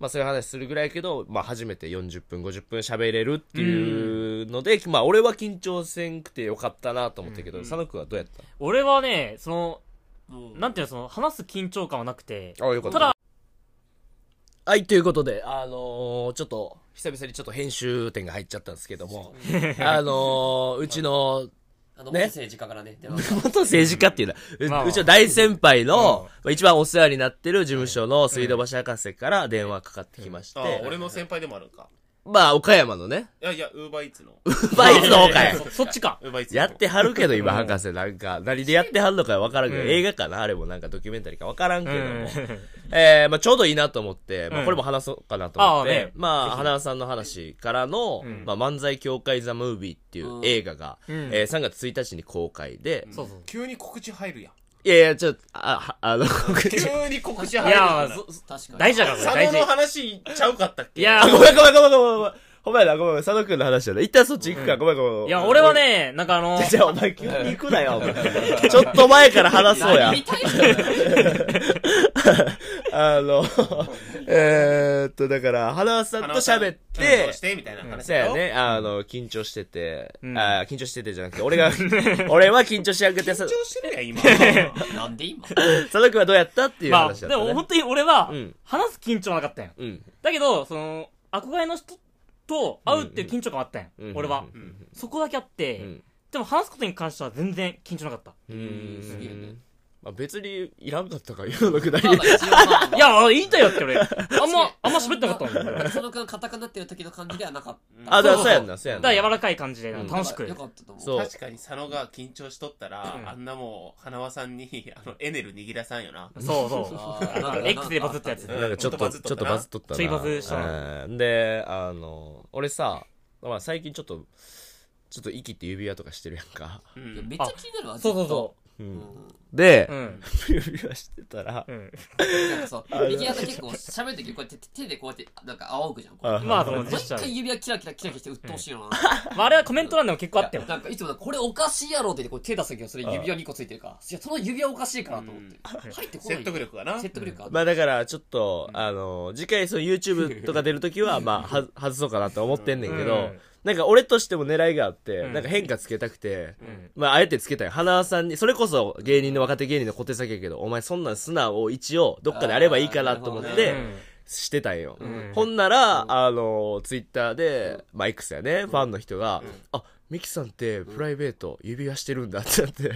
Speaker 1: まあそういう話するぐらいやけど、まあ、初めて40分50分喋れるっていうので、まあ俺は緊張せんくてよかったなと思ったけど、佐野くんはどうやった
Speaker 3: 俺はね、その、
Speaker 2: もう
Speaker 3: なんていうの、その、話す緊張感はなくて、
Speaker 1: あよかった
Speaker 3: ただ、
Speaker 1: はい、ということで、あのーちょっと、久々にちょっと編集点が入っちゃったんですけども、あのーうちの、
Speaker 2: あの
Speaker 1: ね
Speaker 2: 元政治家からねでなんか
Speaker 1: 元政治家っていうのは、う,、
Speaker 3: まあまあ
Speaker 1: うちの大先輩の、まあ一番お世話になってる事務所の水道橋博士から電話かかってきまして、
Speaker 4: ああ、俺の先輩でもあるんか。
Speaker 1: まあ、岡山の ね、
Speaker 4: いやいや、ウーバーイーツの。
Speaker 1: バイツの方かい
Speaker 3: そそっちか。
Speaker 4: ウーバーイーツ
Speaker 1: やってはるけど、今、博士。なんか、何でやってはるのかわからんけど、
Speaker 3: うん
Speaker 1: 映画かなあれもなんかドキュメンタリーかわからんけ
Speaker 3: う
Speaker 1: ども。
Speaker 3: ん。
Speaker 1: えー、まあちょうどいいなと思って、ま
Speaker 3: う
Speaker 1: あ
Speaker 3: ん
Speaker 1: これも話そうかなと思って、
Speaker 3: ああね
Speaker 1: まあ花輪さんの話からの、まあ漫才協会ザムービーっていう映画が、
Speaker 3: うん
Speaker 1: えー3月1日に公開で、
Speaker 3: そうそう。
Speaker 4: 急に告知入るやん。
Speaker 1: いやいや、ちょっと、あ、ああ の、告
Speaker 4: 急
Speaker 1: 知
Speaker 4: に告知入
Speaker 3: い
Speaker 4: る
Speaker 3: や
Speaker 4: や
Speaker 3: ー
Speaker 4: ん。
Speaker 3: そ
Speaker 2: 確かに
Speaker 3: 大事だから、これ
Speaker 4: 佐
Speaker 3: 大
Speaker 4: 野の
Speaker 3: 事。
Speaker 4: 話ちゃうかったっけ
Speaker 3: いや
Speaker 1: あ、ごめんごめんごめんごめんごめん。ごめんな、ごめん、佐野くんの話だね。一旦そっち行くか、ごめんごめんごめん。
Speaker 3: いや、俺はね、なんか あの、
Speaker 1: じゃあ、お前急に行くなよ、お前ちょっと前から話そうや
Speaker 2: 何。に対して
Speaker 1: あの、えーっと、だから、花輪さんと
Speaker 4: 話
Speaker 1: 喋って
Speaker 4: そう、してみたいな
Speaker 1: そ
Speaker 4: 話
Speaker 1: う
Speaker 4: だ
Speaker 1: や
Speaker 4: よ。
Speaker 1: ね、あの、緊張してて、
Speaker 3: うん
Speaker 1: あー緊張しててじゃなくて、俺が、俺は緊張しやがって、さ
Speaker 4: 緊張してるやん、今。
Speaker 2: なんで今
Speaker 1: 佐野くんはどうやったっていう
Speaker 3: まあ、
Speaker 1: 話だっ
Speaker 3: で
Speaker 1: た、ね。
Speaker 3: も本当に俺は
Speaker 1: うん、
Speaker 3: 話す緊張はなかったんよ。
Speaker 1: うん。
Speaker 3: だけど、その、憧れの人と会うっていう緊張感はあったんよ
Speaker 1: うん。
Speaker 3: 俺は
Speaker 1: う。ん
Speaker 3: そこだけあっ
Speaker 1: う
Speaker 3: て
Speaker 1: ん、
Speaker 3: でも話すことに関しては全然緊張なかった。
Speaker 1: う
Speaker 2: うんすげえ
Speaker 1: ー
Speaker 2: ね
Speaker 1: ん。まあ、別にいらんかったか、今のくだり
Speaker 2: まあ。まあ一応まあ
Speaker 3: いや、あ言いたいよって俺。あん ま、あんま喋ってなかったもんだよ。
Speaker 2: そのくん硬くなってる時の感じではなかった
Speaker 1: あ、だから
Speaker 3: そう
Speaker 1: そうやんな、そうや
Speaker 3: だ
Speaker 1: ん
Speaker 3: か
Speaker 1: な。
Speaker 3: ら柔らかい感じで
Speaker 1: うん
Speaker 3: 楽しく
Speaker 2: よ。かったと思う
Speaker 1: そう
Speaker 4: 確かに佐野が緊張しとったら、あんなもう、花輪さんに、 あの、エネル握らさんよな。
Speaker 3: そうそ
Speaker 2: あー
Speaker 3: う。なんか X でバズったやつ。
Speaker 1: なんかちょっ
Speaker 4: ちょ
Speaker 1: と、
Speaker 4: っとバズっと
Speaker 1: ちょ
Speaker 4: ったな
Speaker 1: っとバズっとったな。
Speaker 3: ちょいバズした
Speaker 1: うんで、あの、俺さ、まあ、最近ちょっと、ちょっと息って指輪とかしてるやんか。。
Speaker 4: う
Speaker 2: いや
Speaker 4: ん。
Speaker 2: めっちゃ気になるわ
Speaker 3: そうそうそう
Speaker 2: うんん
Speaker 1: で
Speaker 3: う。う、ん。
Speaker 1: 指輪してたら
Speaker 3: う、ん。
Speaker 2: なんかそう右肩結構喋る時こうやって手でこうやってなんか仰ぐじゃんこう
Speaker 1: あ
Speaker 3: まあ、その
Speaker 2: 毎
Speaker 3: 実写。
Speaker 2: 回指輪キラキラキラキラして鬱陶しいよな
Speaker 3: まあ、あれはコメント欄でも結構あったよ。
Speaker 2: なんかいつもなんかこれおかしいやろって言ってこう手出すけどそれ指輪2個ついてるからいやその指輪おかしいからと思って入ってこない
Speaker 4: 説得力がな。
Speaker 2: 説得力ある
Speaker 1: まあだからちょっと、あの次回その YouTube とか出るときはまあは外そうかなと思ってんねんけど、
Speaker 3: うん
Speaker 1: なんか俺としても狙いがあって、
Speaker 3: うん
Speaker 1: なんか変化つけたくて、
Speaker 3: ん
Speaker 1: まああえてつけたよ花輪さんにそれこそ芸人の若手芸人の小手先やけどお前そんなん素直を一応どっかであればいいかなと思っ
Speaker 2: あーな
Speaker 1: て
Speaker 2: るほど
Speaker 3: ね
Speaker 1: してたんよ、
Speaker 3: ん
Speaker 1: ほんなら、あのツイッターで、まあ X やね、ファンの人が、あミキさんってプライベート指輪してるんだってなって、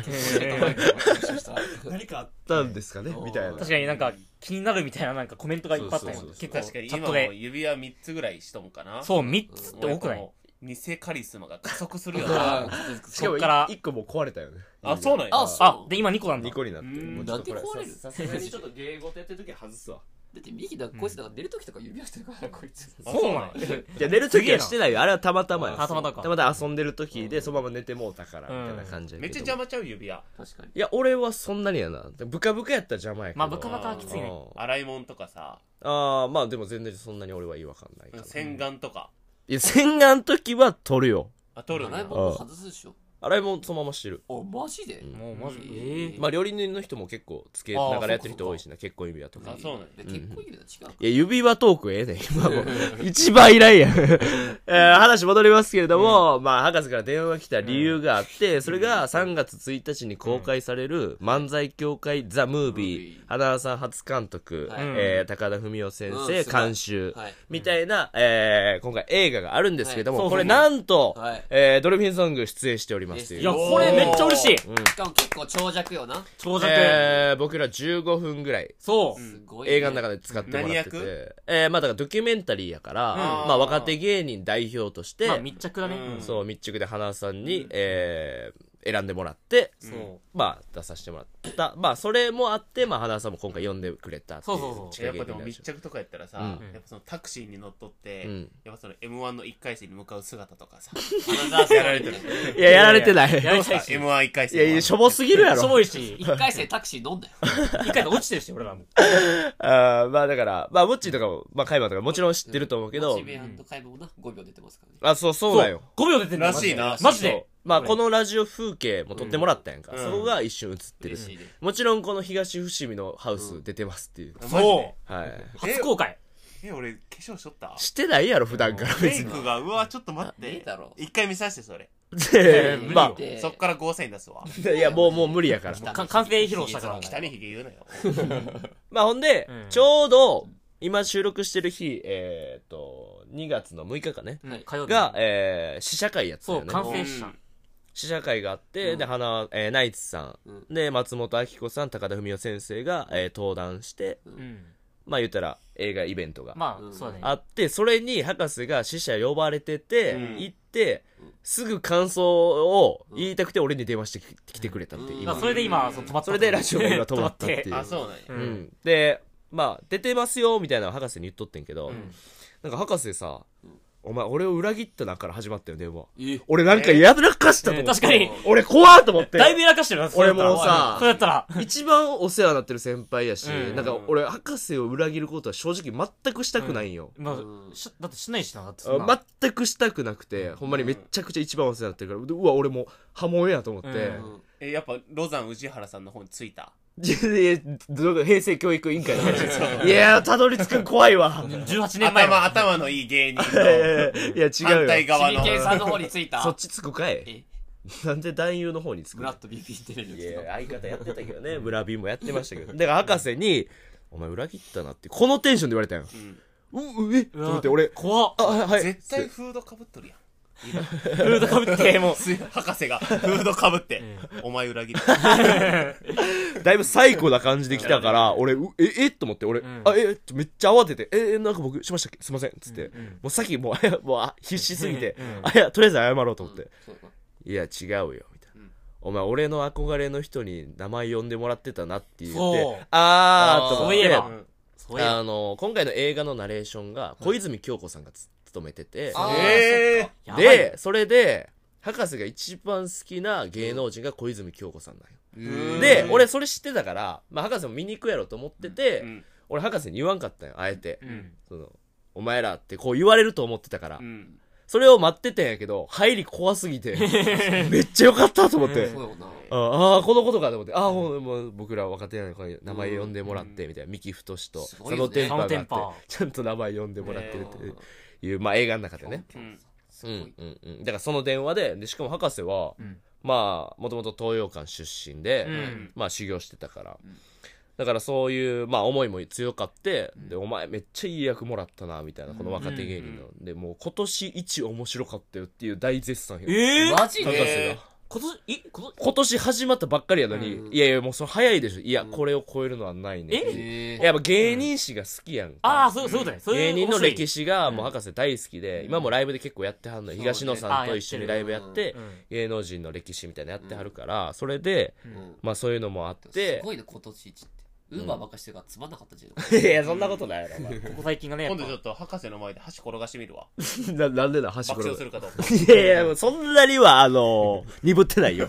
Speaker 4: 何かあっ
Speaker 1: なんですかねみたいな
Speaker 3: 確かになんか気になるみたいななんかコメントがいっぱいあったよ
Speaker 1: そうそうそ
Speaker 3: 結
Speaker 1: う
Speaker 3: 構
Speaker 4: 確かに
Speaker 3: チャ
Speaker 4: 今も
Speaker 3: ット
Speaker 4: う
Speaker 3: で。
Speaker 4: 指輪3つぐらいしとんかな。
Speaker 3: そう、3つって
Speaker 4: もう
Speaker 3: 多くない
Speaker 4: この偽カリスマが加速するよな。
Speaker 2: あ
Speaker 1: しかも
Speaker 3: そっから
Speaker 1: 1個もう壊れたよね
Speaker 4: あ、そうなんや。
Speaker 2: あそう
Speaker 3: あ、で、今2個なんだ
Speaker 1: 2。個になって
Speaker 4: うん
Speaker 1: もうちょっとこ
Speaker 2: なんで壊れ
Speaker 1: れ
Speaker 2: る
Speaker 1: ささすがにちょっと芸事やってる時は外すわ
Speaker 2: だって右だこいつだから寝る時とか指輪してるからこいつ
Speaker 3: そうなんや。
Speaker 1: いや寝る時はしてないよあれはたまたまよ
Speaker 3: あたまたまか
Speaker 1: たまたま遊んでる時でそのまま寝てもうたからみたいな感じやけど
Speaker 4: めっちゃ邪魔ちゃう指輪。
Speaker 2: 確かに
Speaker 1: いや俺はそんなにやなブカブカやったら邪魔やけど
Speaker 3: まあ、ブカブカはきついね。
Speaker 1: うん
Speaker 4: 洗い物とかさ、
Speaker 1: ああまあでも全然そんなに俺は違和感ないかな
Speaker 4: 洗顔とか。
Speaker 1: いや洗顔の時は取るよ
Speaker 4: あ、取るん
Speaker 2: 洗い
Speaker 4: や。
Speaker 2: 物も外すでしょ
Speaker 1: 洗い物そのまましてる
Speaker 2: あマジで
Speaker 1: うん
Speaker 3: もうマジで。えー
Speaker 1: まあ料理人の人も結構つけながらやってる人多いしな結婚指輪とか
Speaker 4: あそうなんや
Speaker 2: 結構いいけど違う
Speaker 1: いや、指輪トークええねん、今も。一番いらんやん。えー話戻りますけれども、まあ、博士から電話来た理由があって、それが3月1日に公開される漫才協会ザ・ムービー、花輪さん初監督、
Speaker 2: はい
Speaker 1: えー高田文夫先
Speaker 2: うん
Speaker 1: 生
Speaker 2: すごい
Speaker 1: 監修、
Speaker 2: はい
Speaker 1: みたいな、えー今回映画があるんですけども、
Speaker 3: はい
Speaker 1: これなんと、
Speaker 2: はい
Speaker 1: えードルフィンソング出演しておりますという
Speaker 3: いや、これめっちゃ嬉しい。
Speaker 2: しかも結構長尺よな
Speaker 3: 長尺。
Speaker 1: えー僕ら15分ぐらい
Speaker 3: そう。
Speaker 2: すごいね
Speaker 1: 映画の中で使ってもらって
Speaker 4: 何
Speaker 1: て、えー、まあだからドキュメンタリーやから、
Speaker 4: ん
Speaker 1: まあ若手芸人代表として、
Speaker 3: まあ密着だね。
Speaker 4: うん
Speaker 1: そう密着で花さんに、えー選んでもらって、
Speaker 4: うん
Speaker 3: そう
Speaker 1: まあ出させてもらった。まあそれもあって、まあ花田さんも今回呼んでくれたってい
Speaker 3: そうそうそう
Speaker 1: 近
Speaker 4: や
Speaker 1: い
Speaker 4: っ
Speaker 1: 芸
Speaker 4: ぱ
Speaker 1: 人
Speaker 4: で
Speaker 1: な
Speaker 4: も
Speaker 1: んでし
Speaker 4: 密着とかやったらさ、
Speaker 1: うん
Speaker 4: やっぱそのタクシーに乗っ取って、
Speaker 1: うん
Speaker 4: やっぱその m 1の1回戦に向かう姿とかさ
Speaker 2: ザ
Speaker 4: やら れてる
Speaker 1: ょいや、やられてない。
Speaker 3: やり
Speaker 1: い
Speaker 3: たいし。
Speaker 4: m 1 1回戦
Speaker 1: やいや、しょぼすぎるや
Speaker 3: しょ
Speaker 1: ろ。
Speaker 3: ぼいし、
Speaker 2: 1回戦タクシー飲んだよ。
Speaker 3: 一回で落ちてるし、俺らも。
Speaker 1: あーまあだから、まあ、モッチーとかも、まあ、カイマンとかもちろん知ってると思うけど
Speaker 2: モチ、ベ買い物な、5秒出てますからね。
Speaker 1: あ、そう、そうだよ。
Speaker 3: 5秒出てる
Speaker 4: らしいな
Speaker 3: マジ
Speaker 1: そう。。
Speaker 3: で
Speaker 1: まあ、
Speaker 3: うん
Speaker 1: このラジオ風景も撮ってもらったやんか。
Speaker 4: うん
Speaker 1: そこが一瞬映ってる
Speaker 2: 嬉。しいね。
Speaker 1: もちろん、この東伏見のハウス出てますっていう。
Speaker 4: そ
Speaker 1: はい。
Speaker 3: 初公開。
Speaker 4: うえ俺化粧し とった
Speaker 1: してないやろ、普段から
Speaker 4: メ
Speaker 1: 別
Speaker 4: イ
Speaker 1: に。
Speaker 4: クがうわちょっと待っ
Speaker 2: ねえ
Speaker 4: て
Speaker 2: だろ
Speaker 4: 一回見させてそれ
Speaker 1: で
Speaker 3: うん
Speaker 1: ま
Speaker 2: で
Speaker 4: そっから5000円出すわ
Speaker 1: あ、いや、もう、もう無理やから。
Speaker 3: か完成披露したから
Speaker 4: その汚いひげ言うなよ
Speaker 1: まあ、ほんで
Speaker 3: うん、
Speaker 1: ちょうど、今収録してる日、えっと、2月の6日かね。
Speaker 3: うん火曜日。
Speaker 1: が、えー、試写会やってたよ
Speaker 3: そう、
Speaker 1: ね。
Speaker 3: 完成した。
Speaker 1: 試写会があって、
Speaker 2: うん
Speaker 1: で花、えーナイツさん、
Speaker 2: う
Speaker 1: で松本明子さん高田文夫先生が、えー登壇して
Speaker 3: うん。
Speaker 1: まあ言ったら映画イベントが
Speaker 3: ま
Speaker 2: う
Speaker 3: あ、
Speaker 2: ん
Speaker 3: そうだね。
Speaker 1: あってそれに博士が死者呼ばれてて、
Speaker 4: うん
Speaker 1: 行って
Speaker 2: うん
Speaker 1: すぐ感想を言いたくて俺に電話してき来てくれたって、
Speaker 2: う
Speaker 3: だ
Speaker 2: ん
Speaker 1: 今
Speaker 3: からそれで今、そう止まった。
Speaker 1: それでラジオが今止まったっていう
Speaker 4: あそうなんや
Speaker 1: う
Speaker 3: うんん
Speaker 1: でまあ出てますよみたいなの博士に言っとってんけど、
Speaker 3: うん
Speaker 1: なんか博士さ、
Speaker 2: うん
Speaker 1: お前俺を裏切ったなから始まったよ電話
Speaker 2: え
Speaker 1: 俺なんかやらかしたと思って、
Speaker 3: 確かに。
Speaker 1: 俺怖っと思って
Speaker 3: だいぶやらかしてるな、
Speaker 1: 俺もうさ
Speaker 3: そうやったら。
Speaker 1: 一番お世話になってる先輩やし、
Speaker 3: うん
Speaker 1: なんか俺博士を裏切ることは正直全くしたくないんよ、
Speaker 3: ま
Speaker 2: うん
Speaker 3: あ、しだってしないしな、だってそんな。
Speaker 1: あ全くしたくなくて、ほんまにめちゃくちゃ一番お世話になってるからでうわ俺もう波紋やと思って、
Speaker 3: うん
Speaker 4: えやっぱロザン宇治原さんの方に着いた
Speaker 1: いやいやどう平成教育委員会の話いやーたどり着くん怖いわ
Speaker 3: 18年前
Speaker 4: 頭
Speaker 3: の。
Speaker 4: 頭のいい芸人
Speaker 1: いやい
Speaker 4: と
Speaker 1: やいや 違
Speaker 4: 反
Speaker 1: う
Speaker 4: 対
Speaker 1: よ
Speaker 4: 側
Speaker 2: シ
Speaker 4: の
Speaker 2: ミケンさんの方についた。
Speaker 1: そ っちつくかい
Speaker 2: え、
Speaker 1: なんで男優の方につく
Speaker 2: グ
Speaker 1: の
Speaker 2: ラッとビビってるん
Speaker 1: い
Speaker 2: ですけど
Speaker 1: や。相方やってたけどね村ビンもやってましたけどだから博士に「お前裏切ったな」ってこのテンションで言われたよ
Speaker 4: うん
Speaker 1: ううえっと
Speaker 3: うわ
Speaker 1: 思って俺
Speaker 3: 怖っ。
Speaker 1: あはいはい
Speaker 4: 絶対フードかぶっとるやん
Speaker 3: フードかぶって、もう。
Speaker 4: す博士がフードかぶってお前裏切る
Speaker 1: だいぶ最高な感じで来たから、俺、うえ、えっと思って、俺、
Speaker 3: うん
Speaker 1: あ、え、ちょめっちゃ慌てて、え、えなんか僕しましたっけすいません、つって。
Speaker 3: うんうん
Speaker 1: もうさっきもう、あや もうあ必死すぎて、
Speaker 3: うん
Speaker 1: あいや、とりあえず謝ろうと思って。
Speaker 2: そうか
Speaker 1: いや、違うよ、みたいな。
Speaker 4: うん
Speaker 1: お前、俺の憧れの人に名前呼んでもらってたなって言って、
Speaker 3: そう
Speaker 1: あーと思っ
Speaker 3: そうい
Speaker 1: て、
Speaker 3: えば
Speaker 4: うん
Speaker 3: そういえば
Speaker 1: あの、今回の映画のナレーションが、小泉京子さんがつ務めてて、
Speaker 2: あ
Speaker 4: ええ
Speaker 3: やばい
Speaker 1: で、それで、博士が一番好きな芸能人が小泉京子さんなんよ。
Speaker 4: ー
Speaker 1: で
Speaker 4: う、ん
Speaker 1: 俺それ知ってたから、まあ、博士も見に行くやろと思ってて、
Speaker 4: うん
Speaker 1: 俺博士に言わんかったんよ、あえて。
Speaker 3: うん
Speaker 1: その、お前らってこう言われると思ってたから。
Speaker 4: うん
Speaker 1: それを待ってたんやけど、入り怖すぎて、めっちゃ良かったと思って。
Speaker 3: うん
Speaker 2: そうよな。
Speaker 1: ああー、このことかと思って、ああ、ほんもう僕ら若手なのに名前呼んでもらって、みたいな、三木太と、
Speaker 2: す
Speaker 1: 佐
Speaker 2: ごい
Speaker 1: 野
Speaker 2: よね
Speaker 1: 天パ
Speaker 3: 佐野天
Speaker 1: があっ
Speaker 3: パ
Speaker 1: て、ちゃんと名前呼んでもらってる
Speaker 2: うん
Speaker 1: っていう、まあ映画の中でね。
Speaker 4: うん
Speaker 2: す
Speaker 1: う
Speaker 2: ご
Speaker 1: ん
Speaker 2: い。
Speaker 1: うんうん。だからその電話で、でしかも博士は、
Speaker 3: うん
Speaker 1: まあ、もともと東洋館出身で、
Speaker 3: うん
Speaker 1: まあ修行してたから、
Speaker 2: うん
Speaker 1: だからそういう、まあ、思いも強かって、でお前めっちゃいい役もらったなみたいなこの若手芸人の、でもう今年一面白かったよっていう大絶賛よ
Speaker 3: ええ
Speaker 2: マジ
Speaker 1: 博士
Speaker 2: で
Speaker 1: が
Speaker 3: 今年、え今年
Speaker 1: 今年始まったばっかりやのに、
Speaker 2: うん
Speaker 1: いやいやもうそれ早いでしょいや、
Speaker 2: うん
Speaker 1: これを超えるのはないね
Speaker 3: え
Speaker 1: っていう
Speaker 2: え
Speaker 1: やっぱ芸人史が好きやんか、
Speaker 3: ああ、そうそういうことね。そうい
Speaker 1: 芸
Speaker 3: う
Speaker 1: 人の歴
Speaker 3: 史。
Speaker 1: 史がもう博士大好きで、
Speaker 2: うん
Speaker 1: 今もライブで結構やってはんのよ
Speaker 2: そうね
Speaker 1: 東野さんと一緒にライブやって
Speaker 3: 面白いうん
Speaker 1: 芸能人の歴史みたいなのやってはるから、それで
Speaker 2: うん
Speaker 1: まあそういうのもあっ
Speaker 2: す
Speaker 1: て
Speaker 2: ごいね、今年一って。ウーバーばっかしてるからつまんなかったんじゃない
Speaker 1: いや、そんなことないやろ、お前
Speaker 3: ここ最近がね、やっ
Speaker 4: 今
Speaker 3: ぱ
Speaker 4: 度ちょっと博士の前で箸転がしてみるわ
Speaker 1: ななんでだ、端
Speaker 4: 爆
Speaker 1: くろ
Speaker 4: 笑
Speaker 1: が
Speaker 4: するかと思う
Speaker 1: いやいや、もうそんなには、あ の鈍ってないよ。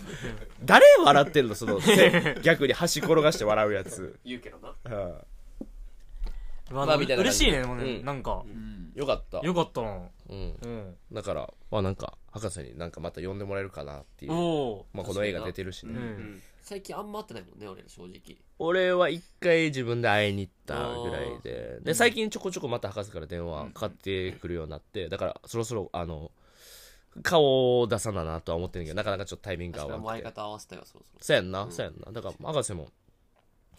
Speaker 1: 誰笑ってんの、その、せ 逆に端転がして笑うやつ。
Speaker 2: 言うけどな。
Speaker 1: うん
Speaker 3: うわ
Speaker 1: まあみたいな感
Speaker 3: 嬉
Speaker 1: じ
Speaker 3: しいね、でも
Speaker 1: う
Speaker 3: ね。
Speaker 1: ん
Speaker 3: なんか、
Speaker 2: うん。
Speaker 1: よかった。
Speaker 3: よかったな。
Speaker 1: うん。
Speaker 3: うん。
Speaker 1: だから、まあなんか、博士になんかまた呼んでもらえるかなっていう。
Speaker 3: おお
Speaker 1: まあこの映画出てるし
Speaker 3: ー。う。
Speaker 1: ね。
Speaker 4: うんん
Speaker 2: 最近あんま会ってないもんね、俺ら正直。
Speaker 1: 俺は一回自分で会いに行ったぐらいで。で、最近ちょこちょこまた博士から電話かかってくるようになって、だからそろそろ、あの、顔を出さななとは思ってんねんけど、なかなかちょっとタイミングが合
Speaker 2: 確か
Speaker 1: わ
Speaker 2: に
Speaker 1: な
Speaker 2: もう
Speaker 1: くて
Speaker 2: 相。方合わせたよ、そろそろ。
Speaker 1: そうやんな、そうやんな。だから、博士も、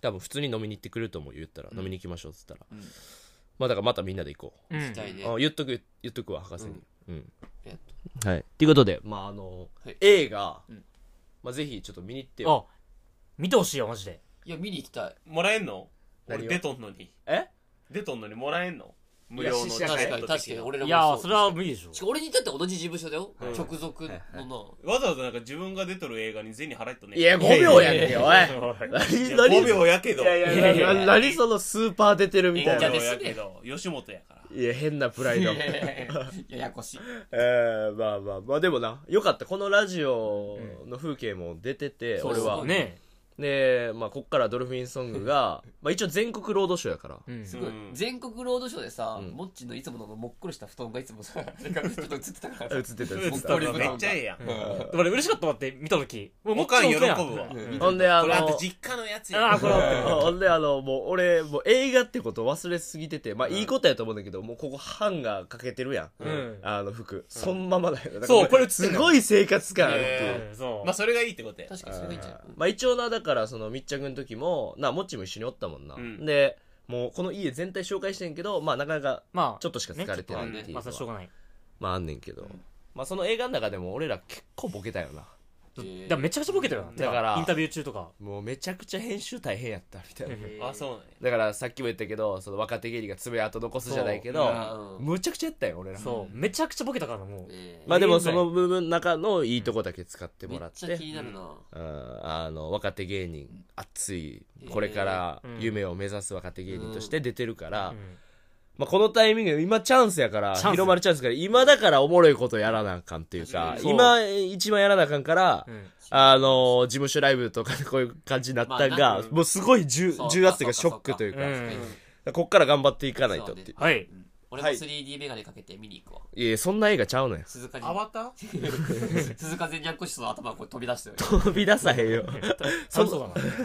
Speaker 1: 多分普通に飲みに行ってくれると思う、言ったら。飲みに行きましょうって言ったら。
Speaker 2: うん
Speaker 1: まあ、だからまたみんなで行こ
Speaker 3: うん
Speaker 2: したいね
Speaker 1: う。。あ言っとく、言っとくわ、博士に。うん。
Speaker 2: えっと
Speaker 1: はい。っていうことで、まあ、あの、
Speaker 2: はい
Speaker 1: 映画、
Speaker 2: うん
Speaker 1: まあ、ぜひちょっと見に行ってよ。
Speaker 3: あ、見てほしいよ、マジで。
Speaker 2: いや、見に行きたい。
Speaker 4: もらえんの
Speaker 1: 何を
Speaker 4: 俺出とんのに
Speaker 1: え
Speaker 4: 出とんのにもらえんの無料の
Speaker 3: いや
Speaker 4: チ
Speaker 3: 確
Speaker 4: ケ
Speaker 3: か
Speaker 4: ッ
Speaker 3: に
Speaker 2: 確か
Speaker 4: ト
Speaker 2: に確か
Speaker 4: 的
Speaker 2: に
Speaker 4: な
Speaker 2: 俺ら
Speaker 3: い
Speaker 2: も
Speaker 3: やー
Speaker 2: う
Speaker 3: それは無理でしょ
Speaker 2: しかも俺にとって同じ事務所だよ、
Speaker 1: うん
Speaker 2: 直属のな、
Speaker 4: わざわざなんか自分が出とる映画に銭払っとね
Speaker 1: いや、5秒やんけ、おい。 何、何
Speaker 4: 5秒やけど
Speaker 1: いやいやいやいや、な何そのスーパー出てるみたい
Speaker 4: 5
Speaker 1: な
Speaker 2: 演者
Speaker 4: 秒
Speaker 2: で。
Speaker 4: やけど吉本やから
Speaker 1: いや、変なプライド。
Speaker 2: ややこしい
Speaker 1: えー、まあまあまあ、でもな、よかった。このラジオの風景も出てて、
Speaker 2: そう
Speaker 1: 俺
Speaker 2: そ
Speaker 1: は
Speaker 2: う。
Speaker 3: ね
Speaker 1: で、まあ、こっからドルフィンソングが、まあ一応全国ロードショーやから。
Speaker 3: えうん
Speaker 2: すごい、
Speaker 4: うん
Speaker 2: 全国ロードショーでさ、
Speaker 1: うん
Speaker 2: モッチーのいつものあのもっくりした布団がいつも さなんかちょっと映ってたから
Speaker 1: 映
Speaker 2: さ
Speaker 1: ってた
Speaker 4: め
Speaker 1: 映ってた
Speaker 2: うん
Speaker 4: っちゃええやん
Speaker 2: うん
Speaker 3: だから嬉しかったわって見た時も
Speaker 4: おかん喜ぶわこ
Speaker 2: うん
Speaker 1: ほんで、あ
Speaker 4: れあん
Speaker 1: の
Speaker 4: た、実家のやつや
Speaker 3: ああこれ合ってる
Speaker 1: ほんで、あの、もう俺、もう映画ってこと忘れすぎてて、まあいいことやと思うんだけど、もうここハンガーかけてるやん。
Speaker 3: うん
Speaker 1: あの服。そんままだよ。だから
Speaker 3: そうこれ映ってん
Speaker 1: す
Speaker 3: の
Speaker 1: ごい生活感あるっていう。
Speaker 3: うんそう
Speaker 4: まあそれがいいってことや
Speaker 2: 確かにそれがいいんじゃない
Speaker 1: まあ一応なだからその密着の時もなもっちも一緒におったもんな、
Speaker 4: うん
Speaker 1: でもうこの家全体紹介してんけどまあなかなか
Speaker 3: まあ
Speaker 1: ちょっとしか疲れてないっていうの
Speaker 3: まあそれはしょう
Speaker 1: は
Speaker 3: がない
Speaker 1: まああんねんけど、まあその映画の中でも俺ら結構ボケたよな
Speaker 3: だからめちゃくちゃボケたよな
Speaker 1: だから
Speaker 3: インタビュー中とか
Speaker 1: もうめちゃくちゃ編集大変やったみたいな
Speaker 4: あそうなんや
Speaker 1: だからさっきも言ったけどその若手芸人が爪痕残すじゃないけど
Speaker 2: そううん
Speaker 1: むちゃくちゃやったよ俺ら
Speaker 3: そうめちゃくちゃボケたからなもう
Speaker 2: えー
Speaker 1: まあでもその部分の中のいいとこだけ使って
Speaker 2: め
Speaker 1: も
Speaker 2: っ
Speaker 1: らっ
Speaker 2: ちゃ気
Speaker 1: て
Speaker 2: になるな、
Speaker 1: うんあの若手芸人熱い
Speaker 2: えー
Speaker 1: これから
Speaker 3: うん
Speaker 1: 夢を目指す若手芸人として出てるから、
Speaker 3: うん
Speaker 1: まあ、このタイミング今チャンスやから
Speaker 3: チャンス
Speaker 1: 広まるチャンスやから今だからおもろいことやらなあかんっていうか
Speaker 3: そう
Speaker 1: 今一番やらなあかんから、
Speaker 3: うん
Speaker 1: あのー事務所ライブとかでこういう感じになったん
Speaker 2: ま
Speaker 1: が、
Speaker 2: あな
Speaker 1: もうすごい重
Speaker 2: そう
Speaker 1: 重圧というかシ
Speaker 2: そ
Speaker 1: ョ
Speaker 2: う
Speaker 1: ッ
Speaker 2: か
Speaker 1: クというか
Speaker 3: そうか
Speaker 2: うん
Speaker 1: こっから頑張っていかないとっていう
Speaker 2: そうね
Speaker 3: はい
Speaker 2: 俺も
Speaker 1: はい
Speaker 2: 3D メガネかけて見に行くわ
Speaker 1: いやそんな映画ちゃう のよ
Speaker 2: 鈴鹿に
Speaker 4: アバター
Speaker 2: 鈴鹿全略室の頭がこう飛び出したよ
Speaker 1: 飛び出さへんよ
Speaker 3: 楽しそう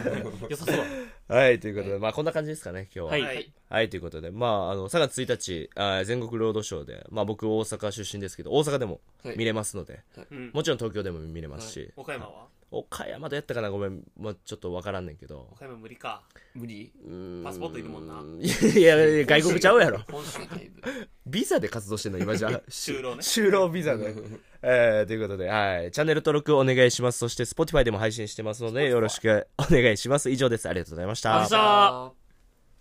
Speaker 3: だな 良さそうだな
Speaker 1: はいということでまあこんな感じですかね今日は
Speaker 3: はい
Speaker 4: はい
Speaker 1: はい、ということで、まあ、あの、3月1日、あー全国ロードショーで、まあ僕大阪出身ですけど、大阪でも
Speaker 2: はい
Speaker 1: 見れますので、
Speaker 4: うん
Speaker 1: もちろん東京でも見れますし、
Speaker 4: 岡山は
Speaker 1: 岡山でやったかなごめん、まあ、ちょっとわからんねんけど。
Speaker 4: 岡山無理か
Speaker 2: 無理
Speaker 4: パスポートいるもんな
Speaker 1: いやいやいや、外国ちゃうやろ。
Speaker 2: 本州だいぶ
Speaker 1: ビザで活動してんの、今じゃ。 就
Speaker 4: 労ね
Speaker 1: 就労ビザで。えー、ということで、はい。チャンネル登録お願いします。そして、Spotify でも配信してますので、よろしくお願いします。以上です。ありがとうございました
Speaker 3: ありがとうございました
Speaker 2: あー